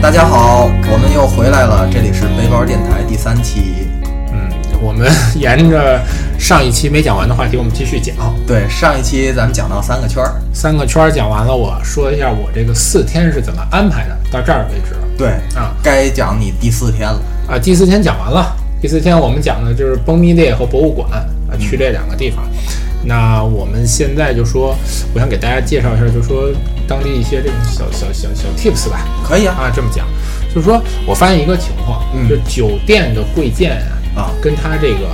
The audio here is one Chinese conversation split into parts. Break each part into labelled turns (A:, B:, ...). A: 大家好，我们又回来了，这里是背包电台第三期。
B: 嗯，我们 沿着上一期没讲完的话题，我们继续讲。
A: 对，上一期咱们讲到三个圈儿，
B: 三个圈儿讲完了，我说一下我这个四天是怎么安排的，到这儿为止
A: 对，
B: 啊
A: 该讲你第四天了。
B: 啊，第四天讲完了，第四天我们讲的就是崩密列和博物馆啊，去这两个地方。那我们现在就说，我想给大家介绍一下，就说当地一些这种小小小小 tips 吧，
A: 可以啊，
B: 啊，这么讲，就是说我发现一个情况，
A: 嗯
B: 就酒店的贵贱啊，
A: 啊，
B: 跟它这个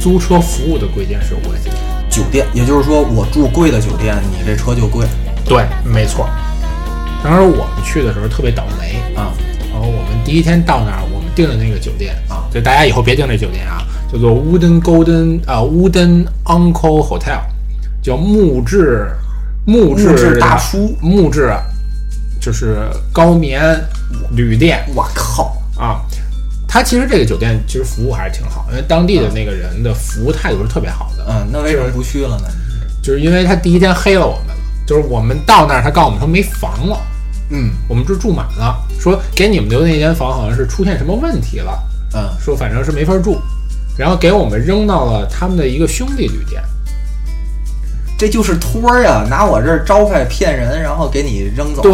B: 租车服务的贵贱是有关系的。
A: 酒店，也就是说我住贵的酒店，你这车就贵
B: 对，没错。当时我们去的时候特别倒霉，
A: 啊。
B: 然后我们第一天到那儿，我们订的那个酒店
A: 啊
B: 就大家以后别订这酒店啊，叫做 Wooden Golden 啊、Wooden Uncle Hotel，叫木质木质
A: 木质大叔
B: 木质就是高棉旅店
A: 我靠，
B: 啊。它其实这个酒店其实服务还是挺好，因为当地的那个人的服务态度是特别好的。
A: 嗯，那为什么不去了呢？
B: 就是因为他第一天黑了我们，就是我们到那儿，他告诉我们说没房了，
A: 嗯
B: 我们就住满了，说给你们留的那间房好像是出现什么问题了，
A: 嗯，
B: 说反正是没法住，然后给我们扔到了他们的一个兄弟旅店。
A: 这就是托儿呀，拿我这儿招牌骗人，然后给你扔走。
B: 对，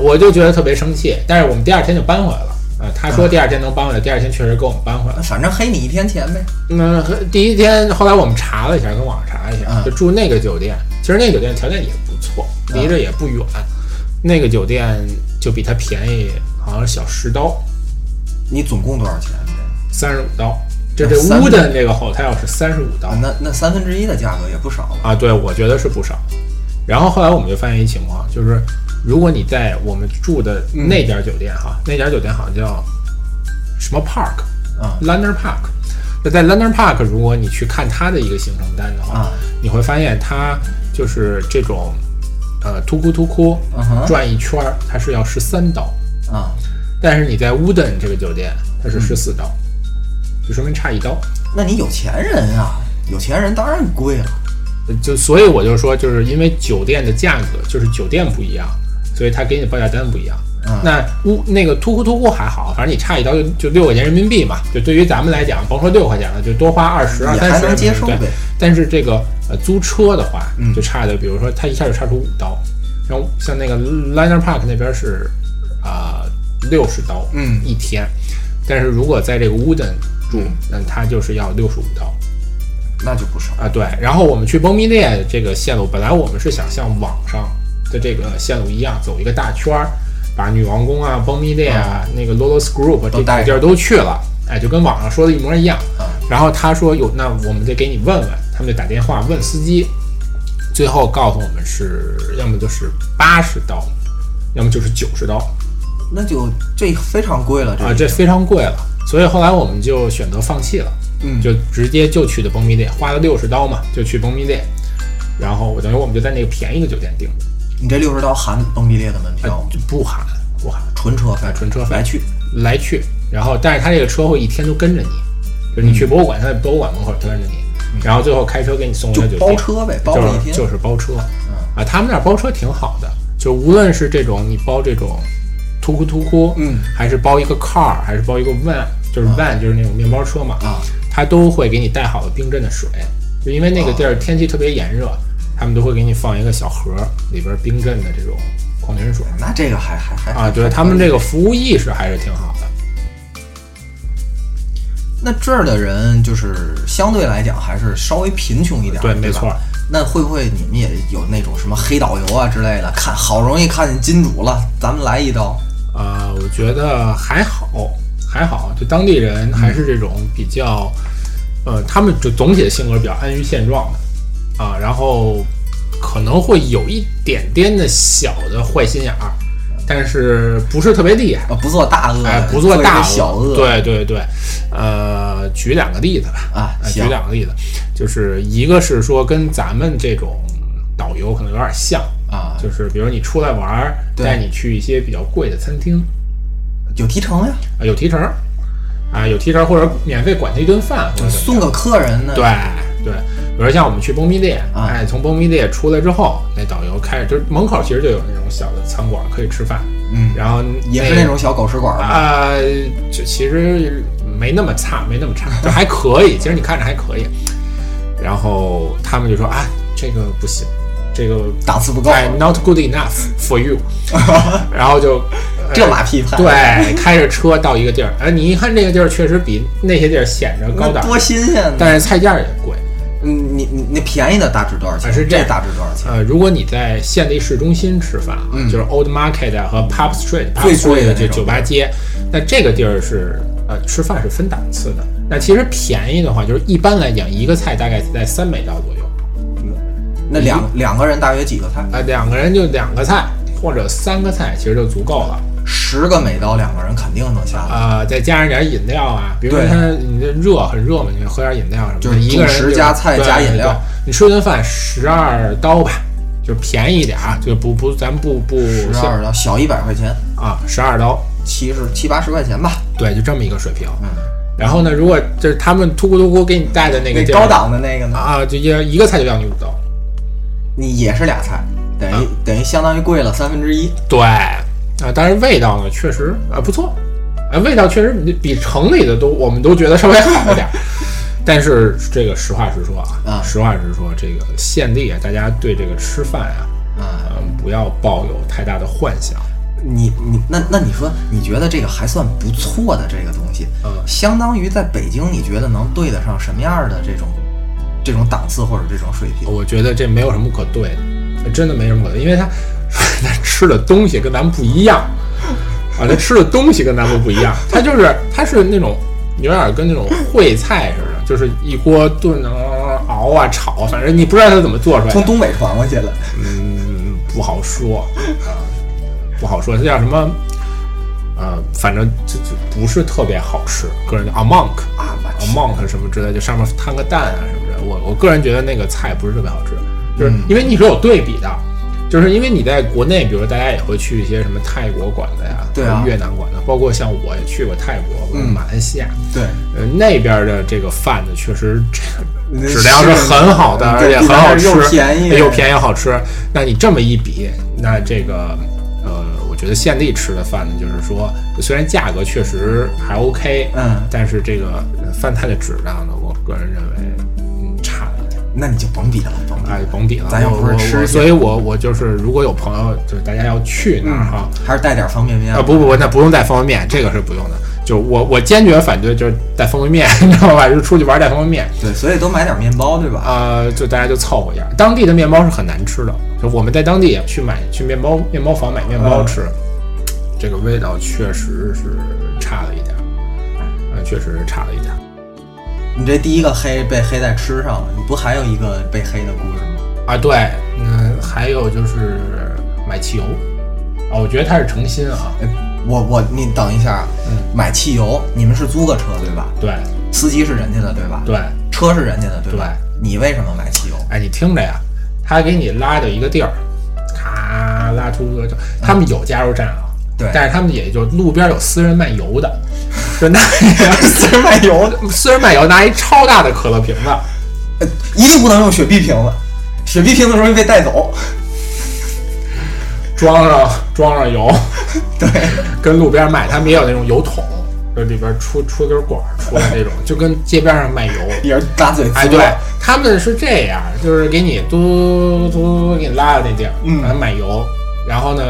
B: 我就觉得特别生气，但是我们第二天就搬回来了。啊、他说第二天能搬回来，第二天确实给我们搬回来了。
A: 反正黑你一天钱呗。
B: 那、第一天后来我们查了一下，跟网上查了一下，
A: 嗯
B: 就住那个酒店，其实那个酒店条件也不错，离着也不远。那个酒店就比它便宜，好像是小十刀，
A: 你总共多少钱？
B: 三十五刀。这
A: 那
B: 这
A: 哦三
B: Wooden 这个 hotel 是三十五
A: 这
B: 刀
A: 啊，那那三分之一的价格也不少了。
B: 啊，对，我觉得是不少。然后后来我们就发现一情况，就是如果你在我们住的那家酒店
A: 嗯
B: 哈，那家酒店好像叫什么 Park
A: 啊
B: Lander Park，那在 Lander Park，如果你去看它的一个行程单的话，
A: 啊
B: 你会发现它就是这种呃突突突突
A: 嗯哼
B: 转一圈儿，它是要十三刀，
A: 啊，
B: 但是你在 Wooden 这个酒店它是十四刀，就说明差一刀。
A: 那你有钱人啊，有钱人当然贵了。
B: 呃就所以我就说，就是因为酒店的价格就是酒店不一样，所以他给你的报价单不一样。
A: 嗯
B: 那乌那个突忽突忽还好，反正你差一刀就就六块钱人民币嘛，就对于咱们来讲，甭说六块钱了，就多花二十二
A: 也
B: 三
A: 还
B: 十
A: 能接受呗
B: 对。但是这个呃租车的话
A: 嗯，
B: 就差的，比如说他一下就差出五刀，然后像那个 Liner Park 那边是啊六十刀，
A: 嗯
B: 一天，但是如果在这个 Wooden 住，那他就是要六十五刀。
A: 那就不少。
B: 啊，对。然后我们去崩密列这个线路，本来我们是想像网上的这个线路一样，走一个大圈儿，把女王宫啊、崩密列啊、那个 Lolos Group 这
A: 嗯都
B: 几
A: 带
B: 个地儿都去了，哎，就跟网上说的一模一样。
A: 啊
B: 然后他说有，那我们得给你问问，他们就打电话问司机，最后告诉我们是要么就是八十刀，要么就是九十刀
A: 那就这非常贵了，这
B: 啊，这非常贵了。所以后来我们就选择放弃了。
A: 嗯
B: 就直接就去的崩密店，花了六十刀嘛，就去崩密店。然后我等于我们就在那个便宜的酒店订的，呃
A: 你这六十刀含崩地裂的门票吗，
B: 就不含不含
A: 纯车费，
B: 哎纯车费
A: 来去。
B: 来去。然后但是他这个车会一天都跟着你，就是你去博物馆，他在博物馆门口跟着你，然后最后开车给你送回
A: 嗯就
B: 到酒
A: 包
B: 店，
A: 车呗，包了一天。
B: 就是就是包车
A: 嗯
B: 啊，他们那儿包车挺好的，就无论是这种你包这种突突突突，
A: 嗯，
B: 还是包一个 car，还是包一个 van，就是 van、就是那种面包车嘛，
A: 啊，
B: 他都会给你带好了冰镇的水，就因为那个地儿天气特别炎热，他们都会给你放一个小盒儿，里边冰镇的这种矿泉水
A: 那这个还还还
B: 啊。对他们这个服务意识还是挺好的。
A: 那这儿的人就是相对来讲还是稍微贫穷一点，
B: 对
A: 吧
B: 没错。
A: 那会不会你们也有那种什么黑导游啊之类的？看好容易看见金主了，咱们来一刀。
B: 呃，我觉得还好，还好，就当地人还是这种比较，呃，他们就总体的性格比较安于现状的啊，然后可能会有一点点的小的坏心眼儿，但是不是特别厉害。
A: 呃，不做大恶，
B: 哎，不
A: 做
B: 做
A: 一
B: 大
A: 些小恶，
B: 对对对，呃，举两个例子吧，
A: 啊，
B: 呃举
A: 行，
B: 两个例子，就是一个是说跟咱们这种导游可能有点像，
A: 啊，
B: 就是比如你出来玩儿，
A: 对
B: 带你去一些比较贵的餐厅
A: 有提成呀，
B: 啊，有提成儿啊，有提成儿或者免费管他一顿饭，或者怎么
A: 送个客人呢，
B: 对对，比如像我们去崩米店，
A: 啊
B: 哎，从崩米店出来之后，那导游开始就是门口其实就有那种小的餐馆可以吃饭，
A: 嗯，
B: 然后
A: 也是那种小狗食馆吧，
B: 啊，就其实没那么差，没那么差，就还可以。其实你看着还可以。然后他们就说啊，这个不行，这个
A: 档次不够，
B: 哎 not good enough for you。然后就 呃
A: 这马屁拍，
B: 对，开着车到一个地儿，哎，你一看这个地儿确实比那些地儿显着高
A: 那
B: 档，
A: 多新鲜呢。
B: 但是菜价也贵。
A: 嗯，你你那便宜的大致多少钱？
B: 啊是这
A: 这
B: 样
A: 大致多少钱？
B: 呃，如果你在县的市中心吃饭啊，
A: 嗯
B: 就是 Old Market 啊和 Pub Street、
A: 最
B: Pub
A: 贵
B: Street
A: 的
B: 这
A: 那种
B: 酒吧街，那这个地儿是呃吃饭是分档次的。那其实便宜的话，就是一般来讲，一个菜大概在三美刀左右，嗯
A: 那两两个人大约几个菜？
B: 呃，两个人就两个菜或者三个菜，其实就足够了。
A: 十个美刀，两个人肯定能下来。
B: 呃，再加上点饮料啊，比如说
A: 对
B: 它你这热很热嘛，你喝点饮料什么的，
A: 就是
B: 一个人
A: 主食
B: 就
A: 加菜
B: 对
A: 加饮
B: 对
A: 料
B: 你吃顿饭十二刀吧，就便宜一点啊，就不不咱不不
A: 十二刀，小一百块钱，
B: 啊，十二刀。
A: 七十七八十块钱吧。
B: 对，就这么一个水平。
A: 嗯，
B: 然后呢，如果就是他们突咕突咕给你带的那个
A: 那
B: 地儿
A: 高档的那个呢？
B: 啊，就一一个菜就要你五刀。
A: 你也是俩菜，等于、
B: 啊
A: 等于相当于贵了三分之一。
B: 对啊，但是味道呢，确实啊不错，啊味道确实比比城里的都我们都觉得稍微好一点儿。但是这个实话实说啊
A: 啊，
B: 实话实说，这个县地啊，大家对这个吃饭啊，
A: 嗯，
B: 嗯，不要抱有太大的幻想。
A: 你你那那你说，你觉得这个还算不错的这个东西，
B: 嗯
A: 相当于在北京，你觉得能对得上什么样的这种这种档次或者这种水平？
B: 我觉得这没有什么可对的，真的没什么可对，因为他 他吃的东西跟咱们不一样啊，他吃的东西跟咱们不一样，他就是他是那种有点跟那种烩菜似的，就是一锅炖啊熬啊炒，反正你不知道他怎么做出来
A: 从
B: 的，
A: 东北传过去了，
B: 嗯，不好说啊，不好说，它叫什么？呃，反正就就不是特别好吃，个人啊 monk
A: 啊我
B: 啊 monk 什么之类，就上面摊个蛋啊什么的。我我个人觉得那个菜不是特别好吃，就是
A: 嗯
B: 因为你是有对比的，就是因为你在国内，比如大家也会去一些什么泰国馆子呀，
A: 对啊
B: 越南馆子，包括像我也去过泰国、
A: 嗯
B: 马来西亚，
A: 对，
B: 呃，那边的这个贩子确实这
A: 嗯
B: 个质量是很好的，
A: 是
B: 而且很好吃，哎
A: 又便宜
B: 又便宜好吃。那你这么一比，那这个呃，我觉得县地吃的饭呢，就是说虽然价格确实还 OK，
A: 嗯
B: 但是这个呃饭菜的质量呢，我个人认为嗯差了一点。
A: 那你就甭比了，甭比
B: 哎
A: 了，，
B: 甭比了，
A: 咱又
B: 我
A: 不是
B: 我
A: 吃去
B: 我所以我我就是如果有朋友就是大家要去那儿哈、
A: 还是带点方便面
B: 啊，不不不，那不用带方便面，这个是不用的。就我我坚决反对，就是带方便面， 你知道吧？就出去玩带方便面，
A: 对，所以都买点面包，对吧？
B: 呃，就大家就凑合一下。当地的面包是很难吃的，就我们在当地也去买去面包面包房买面包吃，这个味道确实是差了一点儿，呃，确实是差了一点儿。
A: 你这第一个黑被黑在吃上了，你不还有一个被黑的故事吗？
B: 啊，对，嗯，还有就是买汽油，啊，我觉得他是诚心啊，
A: 哎，我我你等一下啊，
B: 嗯
A: 买汽油，你们是租个车对吧？
B: 对
A: 司机是人家的对吧？，
B: 对，
A: 车是人家的对吧？你为什么买汽油？
B: 哎，你听着呀，他给你拉到一个地儿，咔拉出个就，他们有加油站啊，
A: 对
B: 但是他们也就路边有私人卖油的，就那私人卖油，私人卖油拿一超大的可乐瓶子，
A: 呃，一定不能用雪碧瓶子，雪碧瓶子容易被带走。
B: 装上装上油，
A: 对，
B: 跟路边卖，他们也有那种油桶，就里边出出根管儿出来那种，就跟街边上卖油。
A: 也是大嘴呲。
B: 哎，对，他们是这样，就是给你嘟嘟嘟嘟给你拉到那地儿，
A: 嗯
B: 然后买油，然后呢，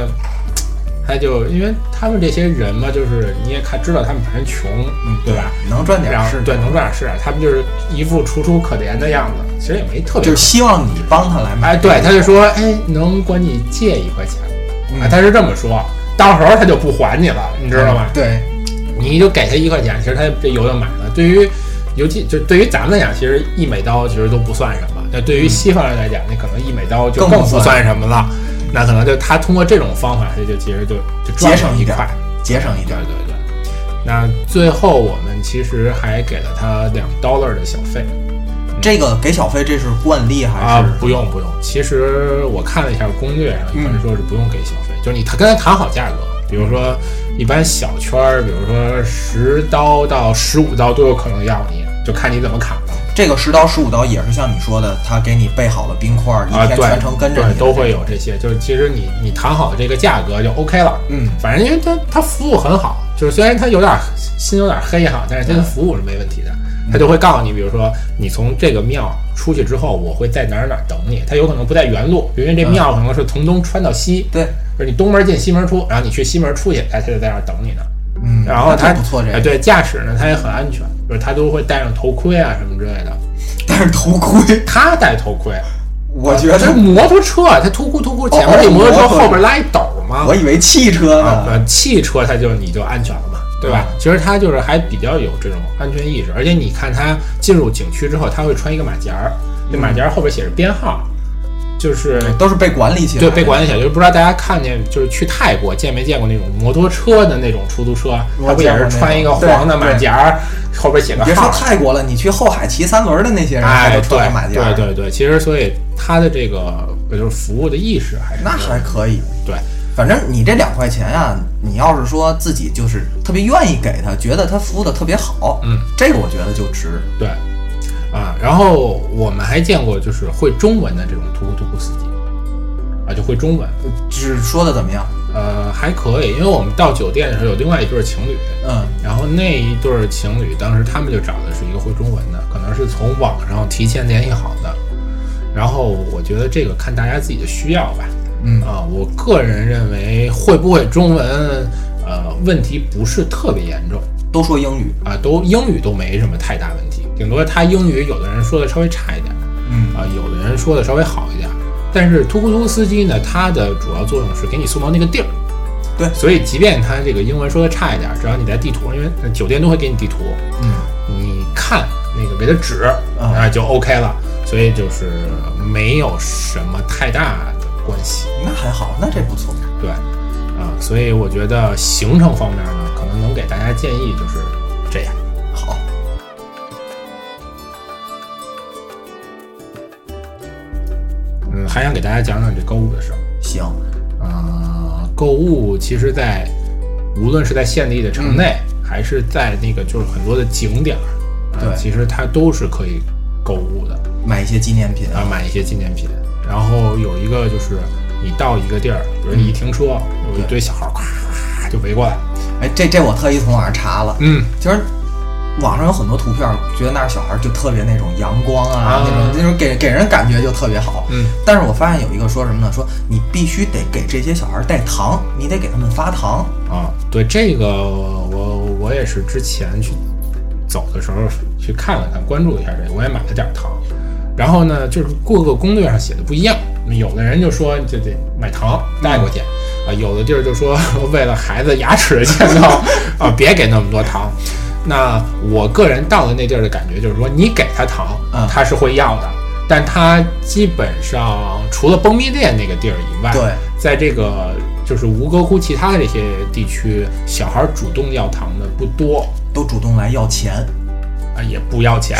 B: 他就因为他们这些人嘛，就是你也看知道他们本身穷，对吧？
A: 能赚点
B: 然后
A: 嗯是
B: 对能赚点是点，啊他们就是一副楚楚可怜的样子，其实也没特别
A: 就是希望你帮他来买。
B: 哎，对，他就说，哎，能管你借一块钱啊？
A: 嗯，
B: 他是这么说，到时候他就不还你了，你知道吗？
A: 对，
B: 你就给他一块钱，其实他这油就买了。对于，尤其就对于咱们来讲，其实一美刀其实都不算什么。那对于西方人来讲，那可能一美刀就
A: 更
B: 更
A: 不
B: 不
A: 算
B: 算什么了。那可能就他通过这种方法，他就其实就就赚
A: 节省
B: 了
A: 一
B: 一
A: 点
B: 块。
A: 节省一
B: 对
A: 点。
B: 对对。那最后我们其实还给了他两 dollar 的小费
A: 这个给小费这是惯例还
B: 啊
A: 是？，
B: 不用不用。其实我看了一下攻略上，一般
A: 嗯
B: 说是不用给小费，就是你跟他谈好价格。比如说，一般小圈儿，比如说十刀到十五刀都有可能要你，就看你怎么砍了。
A: 这个十刀十五刀也是像你说的，他给你备好了冰块，一
B: 啊，
A: 天
B: 对，
A: 全程跟着
B: 对
A: 你，
B: 都会有这些。就是其实你你谈好这个价格就 OK 了，
A: 嗯，
B: 反正因为它它服务很好，就是虽然它有点心有点黑哈，但是
A: 嗯
B: 它的服务是没问题的。他就会告诉你，比如说你从这个庙出去之后，我会在哪儿哪儿等你。他有可能不在原路，因为这
A: 嗯
B: 庙可能是从东穿到西，
A: 对，
B: 就是你东门进西门出，然后你去西门出去，哎，他就在那儿等你呢。
A: 嗯，
B: 然后
A: 那
B: 他
A: 挺不错这
B: 哎
A: 个，
B: 对驾驶呢，他也很安全，就是他都会戴上头盔啊什么之类的。
A: 但是头盔，
B: 他戴头盔，
A: 我觉
B: 这是
A: 得
B: 摩托车，它突突突突，前
A: 哦
B: 面
A: 哦
B: 一摩托车，
A: 摩托哦
B: 后边拉一斗嘛
A: 我。以为汽车
B: 啊，
A: 呢，
B: 呃汽车它就你就安全了嘛，对
A: 嗯
B: 吧？其实它就是还比较有这种安全意识，而且你看它进入景区之后，它会穿一个马甲儿，这
A: 嗯
B: 马甲儿后边写着编号，就是
A: 都是被管理起来，
B: 对被。管理起来。就是不知道大家看见，就是去泰国见没见过那种摩托车的那种出租车，它不也是穿一个黄的马甲儿，后边写个
A: 别说
B: 号？
A: 泰国了，你去后海骑三轮的那些人，他
B: 啊哎，
A: 都穿着马甲，
B: 对对对对，其实所以它的这个就是服务的意识还是
A: 那还可以。
B: 对。
A: 反正你这两块钱啊，你要是说自己就是特别愿意给他，觉得他服务的特别好，
B: 嗯，
A: 这个我觉得就值。
B: 对，啊，然后我们还见过就是会中文的这种突突突突司机，啊，就会中文，
A: 只说的怎么样？
B: 呃，还可以，因为我们到酒店的时候有另外一对儿情侣，
A: 嗯，
B: 然后那一对儿情侣当时他们就找的是一个会中文的，可能是从网上提前联系好的，然后我觉得这个看大家自己的需要吧，
A: 嗯
B: 啊，我个人认为会不会中文，呃，问题不是特别严重。
A: 都说英语，
B: 啊，都英语都没什么太大问题，顶多他英语有的人说的稍微差一点，
A: 嗯
B: 啊，有的人说的稍微好一点。但是突突突司机呢，它的主要作用是给你送到那个地儿。
A: 对
B: 所以即便他这个英文说的差一点，只要你在地图，因为呃酒店都会给你地图，
A: 嗯，
B: 你看那个给他指啊就 OK 了。所以就是没有什么太大的关系，
A: 那还好，那这不错。
B: 对，啊，所以我觉得行程方面呢，可能能给大家建议就是这样。
A: 好，
B: 嗯，还想给大家讲讲这购物的事儿。
A: 行，
B: 呃，购物其实在，无论是在县里的城内，还是在那个就是很多的景点儿，呃
A: 对
B: 其实它都是可以购物的
A: 买一些纪念品
B: 啊，买一些纪念品。然后有一个就是你到一个地儿，比如你一停车，有一
A: 对
B: 堆小孩儿咵就围过来，
A: 哎，这这我特意从网上查了，
B: 嗯，
A: 就是网上有很多图片，觉得那儿小孩就特别那种阳光啊，
B: 啊
A: 那种那种给给人感觉就特别好。
B: 嗯，
A: 但是我发现有一个说什么呢？说你必须得给这些小孩带糖，你得给他们发糖。
B: 啊，对这个我我也是之前去走的时候去看了看，关注一下这个，我也买了点糖。然后呢，就是各个攻略上写的不一样，有的人就说就得买糖带过去。啊，有的地儿就说 为了孩子牙齿的健康啊，别给那么多糖。那我个人到了那地儿的感觉就是说，你给他糖
A: 嗯，
B: 他是会要的，但他基本上除了崩咪店那个地儿以外，
A: 对，
B: 在这个就是吴哥窟其他的这些地区，小孩主动要糖的不多
A: 都主动来要钱。
B: 啊，也不要 钱。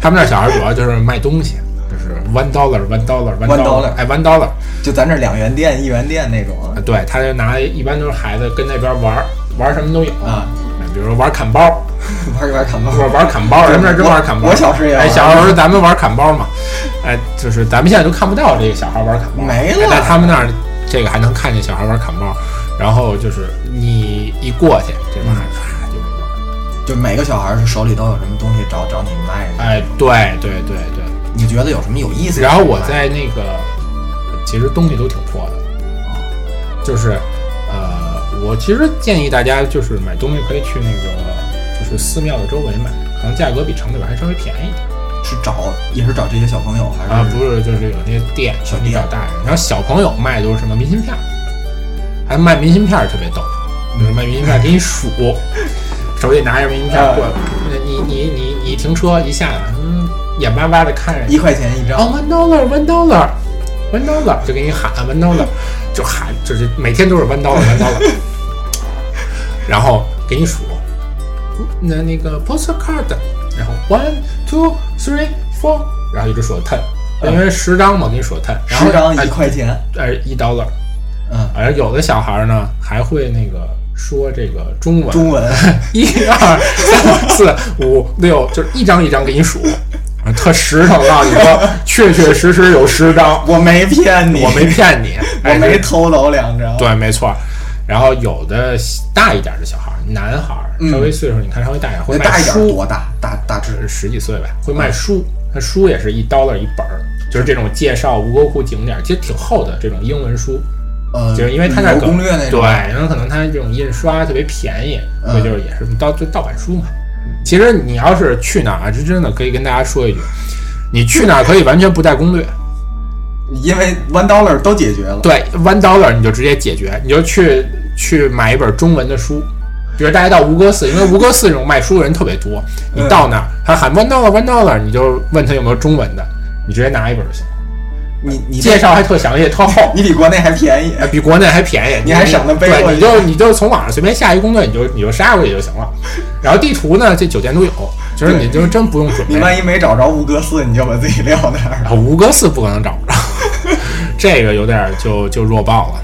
B: 他们那小孩主要就是卖东西，就是 one dollar one dollar
A: One dollar
B: 哎 one dollar，
A: 就咱这两元店、一元店那种啊
B: 啊对，他就拿一般都是孩子跟那边玩儿玩儿什么都有
A: 啊，
B: 比如说玩砍包，
A: 玩一玩砍包。
B: 哎玩玩砍包，咱们那真玩砍包。
A: 我小时候也玩
B: 哎，小时候咱们玩砍包嘛，哎，就是咱们现在都看不到这个小孩玩砍包，
A: 没了
B: 哎在他们那儿，这个还能看见小孩玩砍包。然后就是你一过去，这帮孩
A: 嗯
B: 子啪就没了。
A: 就每个小孩儿手里都有什么东西找找你卖。
B: 哎，对对对对。
A: 你觉得有什么有意思的卖？
B: 然后我在
A: 哦
B: 那个，其实东西都挺破的，就是呃，我其实建议大家就是买东西可以去那个就是寺庙的周围买，可能价格比城里边还稍微便宜一点
A: 是找也是找这些小朋友还是？
B: 啊，不是就是有那店
A: 小
B: 你
A: 店
B: 找大人，然后小朋友卖都是什么明信片儿，还卖明信片儿特别逗，就是卖明信片儿给你数， 手里拿着明信
A: 啊
B: 片儿过来，你你你你停车一下，嗯，眼巴巴的看着你。
A: 一块钱一
B: 然后
A: 张，
B: one dollar one dollar one dollar 就给你喊 one dollar，就喊就是每天都是 one dollar one dollar，然后给你数，那那个 postcard，然后 one two three four，然后一直数 ten，因为十张嘛，给你数 ten，然后哎
A: 十张一块钱，
B: 呃一 dollar，
A: 嗯，
B: 而有的小孩儿呢还会那个说这个中文，
A: 中文
B: 一二三四五六，就是一张一张给你数，啊特实诚告诉你说，确确实实有十张，
A: 我没骗你，
B: 我没，骗你，
A: 我
B: 哎
A: 没偷走两张，
B: 对，没错。然后有的大一点的小孩，男孩儿
A: 嗯
B: 稍微岁数，你看稍微大一点，会
A: 那
B: 卖
A: 大一点
B: 书，
A: 多大？大大致
B: 十几岁吧，会卖书，那书也是一刀了一本儿，就是这种介绍吴哥窟景点儿，其实挺厚的这种英文书，
A: 呃，
B: 就是因为他那
A: 旅游
B: 个
A: 攻略那种，
B: 对，因为可能它这种印刷特别便宜，
A: 嗯
B: 所以就是也是盗就盗版书嘛。其实你要是去哪儿，这真的可以跟大家说一句，你去哪儿可以完全不带攻略，
A: 因为 one dollar 都解决了，
B: 对，one dollar 你就直接解决，你就去去买一本中文的书。比如大家到吴哥寺，因为吴哥寺这种卖书的人特别多，你
A: 嗯
B: 到那儿他喊 one dollar one dollar，你就问他有没有中文的，你直接拿一本就行。
A: 你你
B: 介绍还特详细，特厚，
A: 你比国内还便宜，
B: 哎比国内还便宜，
A: 你还省得背过去
B: 对，你就你就从网上随便下一攻略，你就你就杀过去就行了。然后地图呢，这酒店都有，就是你就真不用准备。
A: 你万一没找着吴哥寺，你就把自己撂那儿了。
B: 啊，吴哥寺不可能找不着， 这个有点儿就就弱爆了。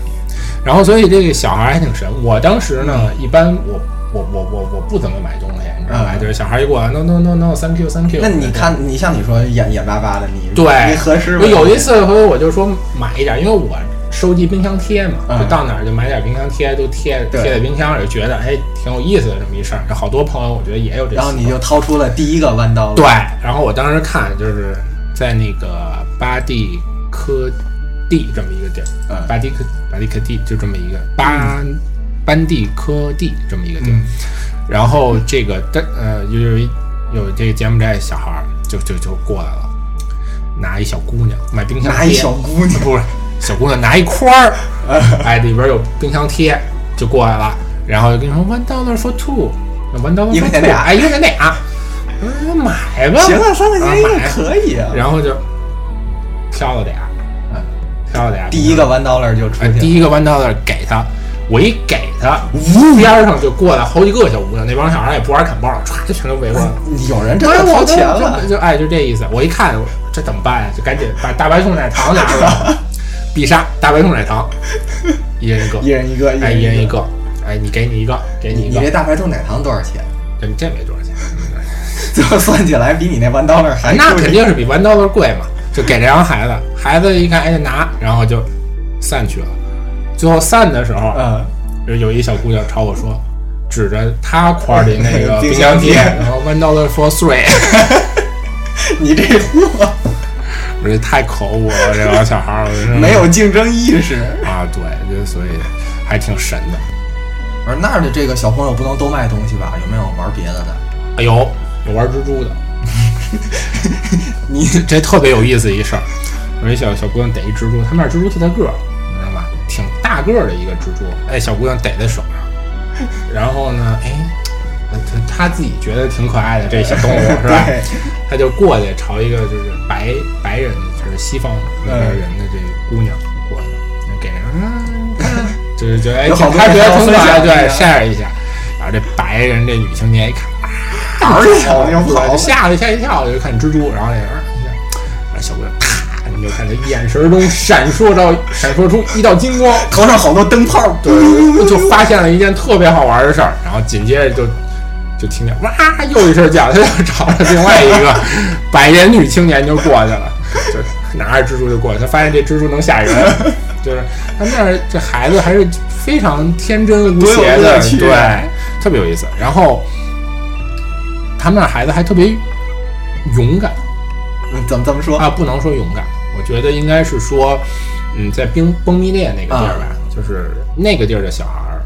B: 然后所以这个小孩还挺神。我当时呢，一般我我我我我不怎么买东西，你知道吧？
A: 嗯
B: 就是小孩一过来，no no no no，thank you，thank you。
A: 那你，看，你像你说眼眼巴巴的，你
B: 对
A: 你合适吗？
B: 我有一次回头我就说买一点，因为我收集冰箱贴嘛，
A: 嗯
B: 就到哪儿就买点冰箱贴，都贴
A: 对
B: 贴在冰箱里，觉得哎挺有意思的这么一事儿。好多朋友我觉得也有这习
A: 然
B: 惯。
A: 后你就掏出了第一个弯刀，
B: 对，，然后我当时看就是在那个巴蒂科蒂这么一个地儿，
A: 嗯
B: 巴蒂科巴蒂科蒂就这么一个巴、班蒂科蒂这么一个地儿，
A: 嗯
B: 然后这个但呃有有一有这个柬埔寨小孩儿就就就过来了，拿一小姑娘买冰
A: 嗯
B: 箱
A: 拿一
B: 贴
A: 小姑 娘，
B: 不是小姑娘拿一筐儿，哎里边有冰箱贴就过来了，然后就跟你说 one dollar for two，one dollar
A: 一
B: for
A: 块钱
B: two，
A: 俩
B: 哎一块钱俩，我说买吧，
A: 行啊，三块钱一
B: 啊
A: 个
B: 买
A: 可以啊。
B: 然后就挑了俩，嗯，挑了俩。
A: 第一个弯刀那就出
B: 哎，
A: 去
B: 第
A: 了，
B: 一个弯道的给他，我一给他，呜边上就过来好几个小姑娘，那帮小孩也不玩砍棒，歘就全都围过来了。
A: 有人真
B: 哎，
A: 的
B: 我
A: 掏
B: 都
A: 钱了
B: 就，就哎，就这意思。我一看，我这怎么办呀？就赶紧把大白兔奶糖拿出来了，必杀大白兔奶糖，一人一个，
A: 一人一个，
B: 哎，一人
A: 人
B: 一。个，哎，你给你一个，给你
A: 你
B: 一
A: 你
B: 个
A: 这，大白兔奶糖多少钱？
B: 这这没多少钱，
A: 最后算起来比你那弯刀那还贵
B: 那肯定是比 one dollar 贵嘛，就给这帮孩子，孩子一看，哎，拿，然后就散去了。最后散的时候，
A: 嗯，
B: 就有一小姑娘朝我说，指着她块儿里那个
A: 冰
B: 冰
A: 箱
B: 箱
A: 贴
B: 贴，然后 one dollar for three，
A: 你这货
B: 我这太口误了，这帮小孩儿我真是
A: 没有竞争意识。
B: 啊，对，就所以还挺神的。
A: 我说那儿的这个小朋友不能都卖东西吧？有没有玩别的的？
B: 哎呦，有玩蜘蛛的，
A: 你
B: 这这特别有意思一事儿。有一小小姑娘逮一蜘蛛，他们那儿蜘蛛特大个儿，你知道吧？挺大个儿的一个蜘蛛，哎，小姑娘逮在手上， 然后呢，哎，她她自己觉得挺可爱的这小 动物是吧？
A: 对，
B: 她就过去朝一个就是白白人，就是西方那边
A: 嗯
B: 人的这姑娘过去，给人啊， 看就是觉得哎，
A: 有好多
B: 她觉得
A: 人
B: 挺
A: 分
B: 可
A: 享
B: 爱，对
A: 一，下
B: share 一下。然后这白人这女青年一看，
A: 哪儿有啊
B: 我
A: 就跑
B: 就
A: 了
B: 吓了吓一跳，我就看蜘蛛，然后那人儿一下，然后小姑娘啪，你就看她眼神中闪烁到闪烁出一道金光，
A: 头上好多灯泡，
B: 对，就发现了一件特别好玩的事儿，然后紧接着就就听见哇又一声叫，他就找了另外一个百年女青年就过去了，就拿着蜘蛛就过去，他发现这蜘蛛能吓人，就是他那儿这孩子还是非常天真无邪
A: 多有
B: 的
A: 乐，趣
B: 对，特别有意思。然后他们那儿孩子还特别勇敢。
A: 嗯怎么怎么说？
B: 啊，不能说勇敢，我觉得应该是
A: 啊
B: 说，嗯，在冰崩密列那个地儿吧，就是那个地儿的小孩儿，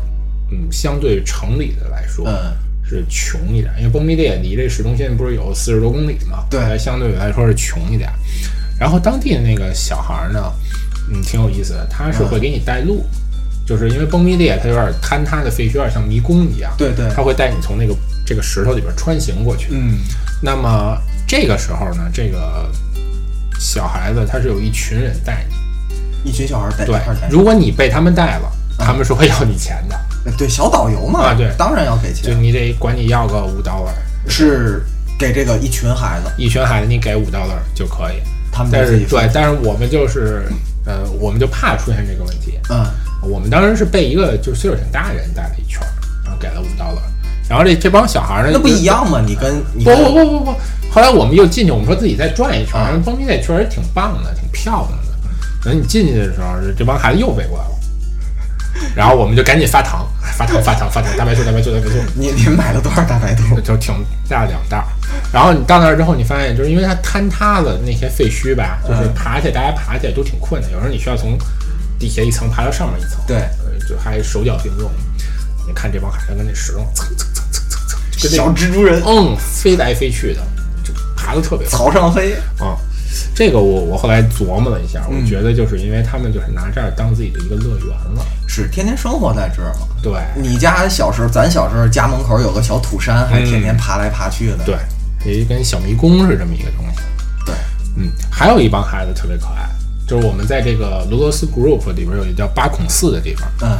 B: 嗯，相对于城里的来说，
A: 嗯，
B: 是穷一点，因为崩密列离这市中心不是有四十多公里嘛，
A: 对
B: 它相对来说是穷一点。然后当地的那个小孩儿呢，嗯，挺有意思的，他是
A: 嗯
B: 会给你带路，就是因为崩密列它有点坍塌的废墟，有点像迷宫一样，
A: 对对，
B: 他会带你从那个这个石头里边穿行过去。
A: 嗯
B: 那么这个时候呢，这个小孩子他是有一群人带你，
A: 一群小孩在一
B: 对
A: 块儿待，
B: 如果你被他们带了，
A: 啊
B: 他们是会要你钱的，
A: 对小导游嘛，
B: 啊对
A: 当然要给
B: 就
A: 钱，
B: 你得管你要个五 dollar，
A: 是给这个一群孩子，
B: 一群孩子你给五 dollar 就可以。
A: 他们
B: 但
A: 嗯自
B: 是
A: 己付
B: 对，，但是我们就是，呃，我们就怕出现这个问题。
A: 嗯
B: 我们当时是被一个就是岁数挺大的人带了一圈儿，然后给了五刀了。然后这这帮小孩儿呢，
A: 那不
B: 就是
A: 一。样吗？你跟你
B: 不
A: 跟
B: 不不不不，后来我们又进去，我们说自己再转一圈儿，
A: 啊
B: 因为蹦迪那确实挺棒的，挺漂亮的。等你进去的时候，这帮孩子又围过 来了，然后我们就赶紧发糖，发糖发糖发糖，大白兔大白兔大白兔。
A: 你你买了多少大白兔？
B: 就挺大两袋儿。然后你到那儿之后，你发现就是因为它坍塌了那些废墟吧，就是
A: 嗯
B: 爬起来，大家爬起来都挺困难，有时候你需要从底下一层爬到上面一层，
A: 对，
B: 呃，就还手脚并用。你看这帮孩子跟那石头蹭蹭蹭蹭蹭蹭，就跟
A: 小
B: 那
A: 蜘蛛人
B: 嗯飞来飞去的，就爬的特别好
A: 草上飞，
B: 啊。这个我我后来琢磨了一下，我
A: 嗯
B: 觉得就是因为他们就是拿这儿当自己的一个乐园了，
A: 是天天生活在这儿嘛。
B: 对
A: 你家小时候，咱小时候家门口有个小土山，还天天爬来爬去的。
B: 对，也就跟小迷宫是这么一个东西。
A: 对，
B: 嗯，还有一帮孩子特别可爱，就是我们在这个俄罗斯 group 里边有一个叫八孔寺的地方，
A: 嗯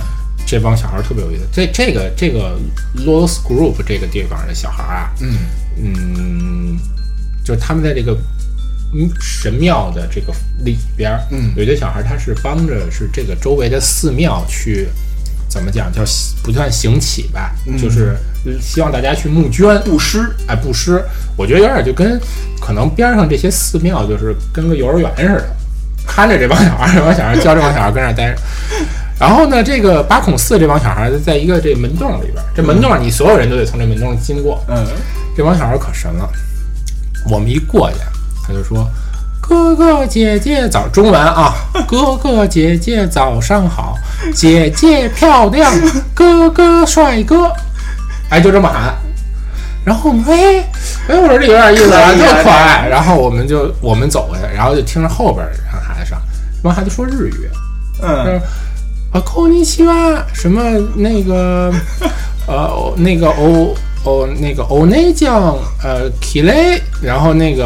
B: 这帮小孩儿特别有意思。这这个这个俄罗斯 group 这个地方的小孩儿啊，
A: 嗯，
B: 嗯，就是他们在这个嗯神庙的这个里边儿，
A: 嗯
B: 有些小孩儿他是帮着是这个周围的寺庙去。怎么讲叫不算行乞吧，就是希望大家去募捐，
A: 布施，
B: 哎布施，我觉得有点就跟可能边上这些寺庙就是跟个幼儿园似的，看着这帮小孩儿，这帮小孩儿教这帮小孩儿跟那儿待着。然后呢，这个八孔寺这帮小孩儿在一个这门洞里边儿，这门洞你所有人都得从这门洞经过。
A: 嗯，
B: 这帮小孩儿可神了，我们一过去，他就说：“哥哥姐姐早，中文啊，哥哥姐姐早上好，姐姐漂亮，哥哥帅哥。”哎，就这么喊。然后我们哎哎，我说这有点意思啊，
A: 可以
B: 特
A: 啊
B: 可爱。然后我们就我们走过去，然后就听着后边儿让孩子上，这帮孩子说日语，
A: 嗯，
B: 嗯，啊，こんにちは，什么那个，呃，那个哦哦那个哦内酱，呃 k i l e 然后那个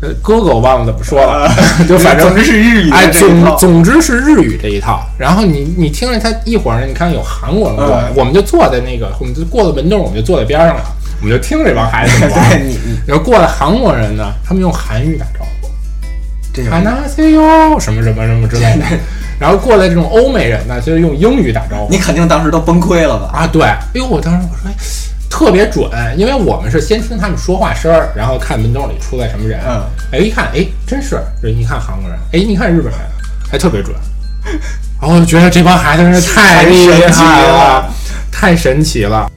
B: 呃哥哥我忘了怎么说了， 就反正
A: 啊总之是日语的
B: 哎，
A: 这一套
B: 总总之是日语这一套。然后你你听着他一会儿呢，你看有韩国人过来，
A: 嗯
B: 我们就坐在那个，我们就过了门洞，我们就坐在边上了，我们就听着这帮孩子怎么
A: 对
B: 玩。
A: 你你
B: 然后过来韩国人呢，他们用韩语打招呼。
A: 这
B: 啊
A: 个，
B: 那 C U 什么什么什么 之类的，然后过来这种欧美人呢，就是用英语打招呼
A: 你肯定当时都崩溃了吧？
B: 啊，对，哎呦，我当时我说哎特别准，因为我们是先听他们说话声儿，然后看门洞里出来什么人，
A: 嗯
B: 哎一看，哎真是，这一看韩国人，哎一看日本人，还特别准，然后我就觉得这帮孩子真是太厉
A: 太神奇
B: 害
A: 了
B: 了，太神奇了。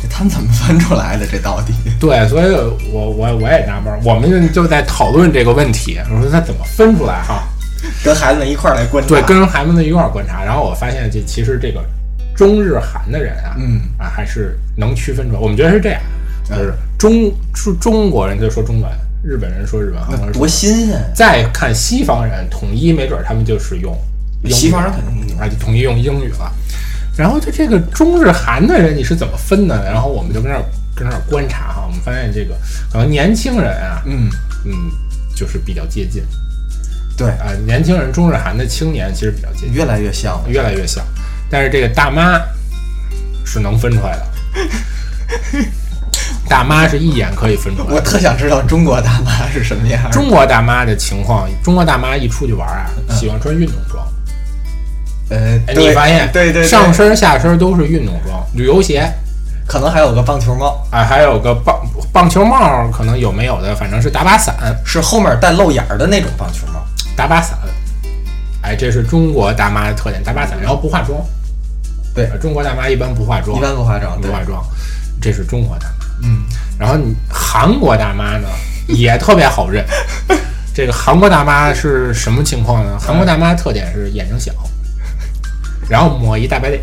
A: 这他们怎么分出来的？这到底？
B: 对，所以我我我也纳闷儿，我们就在讨论这个问题，我说他怎么分出来哈、
A: 跟孩子们一块儿来观察。
B: 对，跟孩子们一块儿观察，然后我发现这其实这个中日韩的人啊，
A: 嗯
B: 啊还是能区分出来。我们觉得是这样，就是中中中国人就说中文，日本人说日文，韩国
A: 多
B: 人说中文。
A: 新鲜！
B: 再看西方人统一，没准儿他们就是用英语
A: 西方人肯定
B: 啊，就统一用英语了。然后就这个中日韩的人你是怎么分的呢？然后我们就跟那儿跟那儿观察哈，我们发现这个可能年轻人啊，
A: 嗯，
B: 嗯，就是比较接近
A: 对，
B: 啊、年轻人中日韩的青年其实比较接近。
A: 越来越像了。
B: 越来越像，但是这个大妈是能分出 来的，大妈是一眼可以分出来
A: 我
B: 的。
A: 特想知道中国大妈是什么样儿。
B: 哎中国大妈的情况，中国大妈一出去玩啊，
A: 嗯
B: 喜欢穿运动装。
A: 呃，
B: 哎，
A: 对
B: 你发现
A: 对对对
B: 上身下身都是运动装，旅游鞋，
A: 可能还有个棒球帽，
B: 哎，还有个棒棒球帽，可能有没有的，反正是打把伞，
A: 是后面带露眼儿的那种棒球帽。
B: 打把伞。哎，这是中国大妈的特点，打把伞，然后不化妆。
A: 对
B: 呃中国大妈一般不化妆，
A: 一般不化妆，
B: 不
A: 对，
B: 化妆，这是中国大妈。
A: 嗯，
B: 然后你韩国大妈呢也特别好认。这个韩国大妈是什么情况呢？韩国大妈特点是眼睛小，然后抹一大白脸，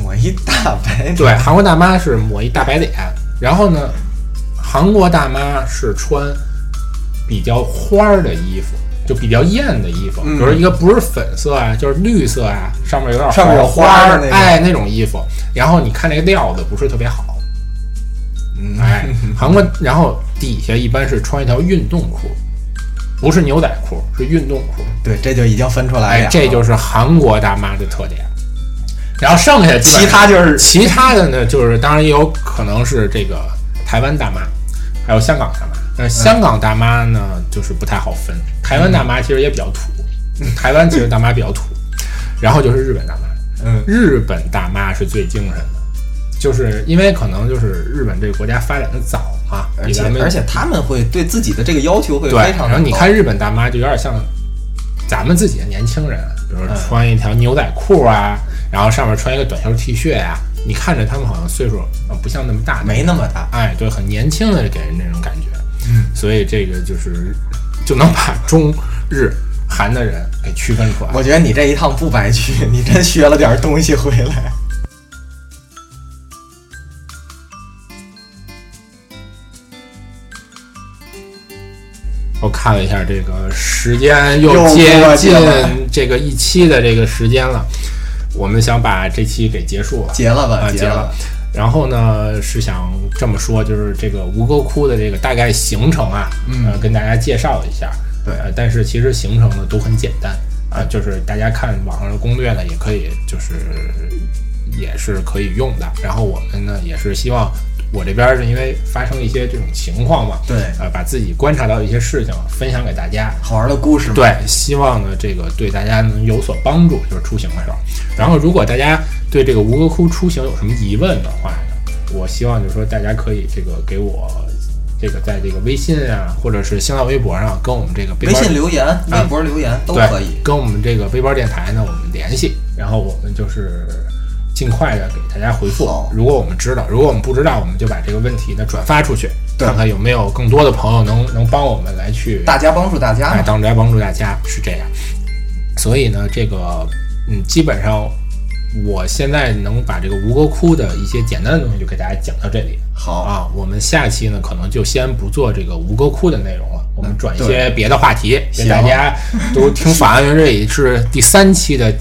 A: 抹一大白点。
B: 对，韩国大妈是抹一大白脸，然后呢，韩国大妈是穿比较花儿的衣服，就比较艳的衣服，
A: 嗯
B: 比如一个不是粉色啊，就是绿色啊，上面有点
A: 上面有
B: 花
A: 花儿
B: 儿
A: 的那种
B: 哎，那种衣服。然后你看那个料子不是特别好，
A: 嗯，
B: 哎，韩国，然后底下一般是穿一条运动裤，不是牛仔裤，是运动裤。
A: 对，这就已经分出来
B: 哎
A: 了，，
B: 这就是韩国大妈的特点。然后剩下基本
A: 其他就是
B: 其他的呢，就是当然也有可能是这个台湾大妈，还有香港大妈。
A: 嗯
B: 但是香港大妈呢，就是不太好分。台湾大妈其实也比较土， 台湾其实大妈比较土。然后就是日本大妈，
A: 嗯
B: 日本大妈是最精神的，就是因为可能就是日本这个国家发展的早啊，
A: 而
B: 比
A: 且
B: 咱们
A: 而且他们会对自己的这个要求会
B: 对，
A: 非常的高。
B: 然后你看日本大妈就有点像咱们自己的年轻人，比如
A: 嗯
B: 说穿一条牛仔裤啊，然后上面穿一个短袖 T 恤啊，你看着他们好像岁数呃不像那么大，
A: 没那么大，
B: 哎，对，很年轻的给人那种感觉。
A: 嗯，
B: 所以这个就是就能把中日韩的人给区分出来。
A: 我觉得你这一趟不白去， 你真学了点东西回来。
B: 我看了一下这个时间，又
A: 又
B: 接
A: 过去
B: 近
A: 了
B: 这个一期的这个时间了，我们想把这期给结束了。
A: 结了吧，
B: 啊结
A: 了吧，
B: 然后呢，是想这么说，就是这个吴哥窟的这个大概行程啊，
A: 嗯
B: 呃，跟大家介绍一下。
A: 对
B: 呃，但是其实行程呢都很简单啊、就是大家看网上的攻略呢，也可以就是也是可以用的。然后我们呢也是希望我这边是因为发生一些这种情况嘛，
A: 对，
B: 呃，把自己观察到一些事情啊分享给大家。
A: 好玩的故事嘛，
B: 对，希望呢这个对大家能有所帮助，就是出行的时候。然后，如果大家对这个吴哥窟出行有什么疑问的话呢，我希望就是说大家可以这个给我这个在这个微信啊，或者是新浪微博上跟我们这个背
A: 微
B: 包
A: 信留言、微博留言都
B: 啊对
A: 可以。
B: 跟我们这个背包电台呢我们联系，然后我们就是。尽快的给大家回复
A: 好。
B: 如果我们知道，如果我们不知道，我们就把这个问题呢转发出去，
A: 对
B: 看看有没有更多的朋友能能帮我们来去
A: 大家帮助大家
B: 哎，
A: 嘛，
B: 当来帮助大家是这样。所以呢，这个嗯，基本上我现在能把这个吴哥窟的一些简单的东西就给大家讲到这里
A: 好，
B: 啊。我们下期呢，可能就先不做这个吴哥窟的内容了，我们转一些
A: 嗯对
B: 别的话题，别
A: 行
B: 大家都听法案云这里是第三期的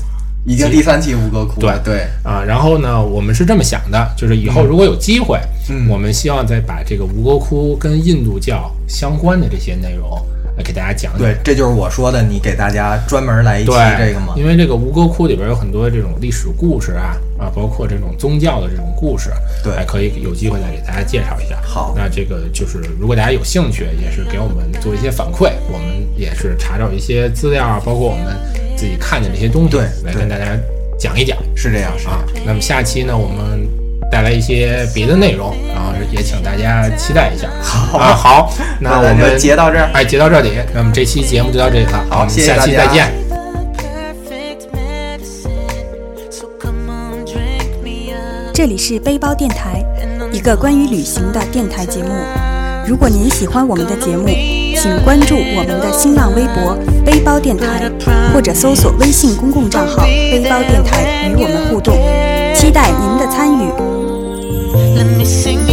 A: 已经第三期吴哥窟了，对
B: 啊。然后呢，我们是这么想的，就是以后如果有机会，
A: 嗯
B: 我们希望再把这个吴哥窟跟印度教相关的这些内容来给大家讲讲。
A: 对，这就是我说的，你给大家专门来一期
B: 对
A: 这个嘛，
B: 因为这个吴哥窟里边有很多这种历史故事啊啊，包括这种宗教的这种故事，
A: 对
B: 还可以有机会再给大家介绍一下。
A: 好
B: 那这个就是如果大家有兴趣，也是给我们做一些反馈，我们也是查找一些资料啊，包括我们自己看见这些东西，
A: 对
B: 来
A: 对
B: 跟大家讲一讲
A: 是这样，是这
B: 啊
A: 样。。
B: 那么下期呢，我们。带来一些别的内容，然后也请大家期待一下。好啊，好， 那我
A: 咱就
B: 们
A: 截到这儿，
B: 哎，截到这里，那么这期节目就到这里了。
A: 好
B: 我们
A: 谢谢
B: 下期
A: 大
B: 再
A: 家
B: 见。
C: the perfect medicine. So come on, drink me up.
D: 这里是背包电台，
C: And I'm
D: 一个关于旅行的电台节目。如果您喜欢我们的节目，请关注我们的新浪微博“背包电台”，或者搜索微信公共账号“背包电台”与我们互动，期待您的参与。
C: Let me sing you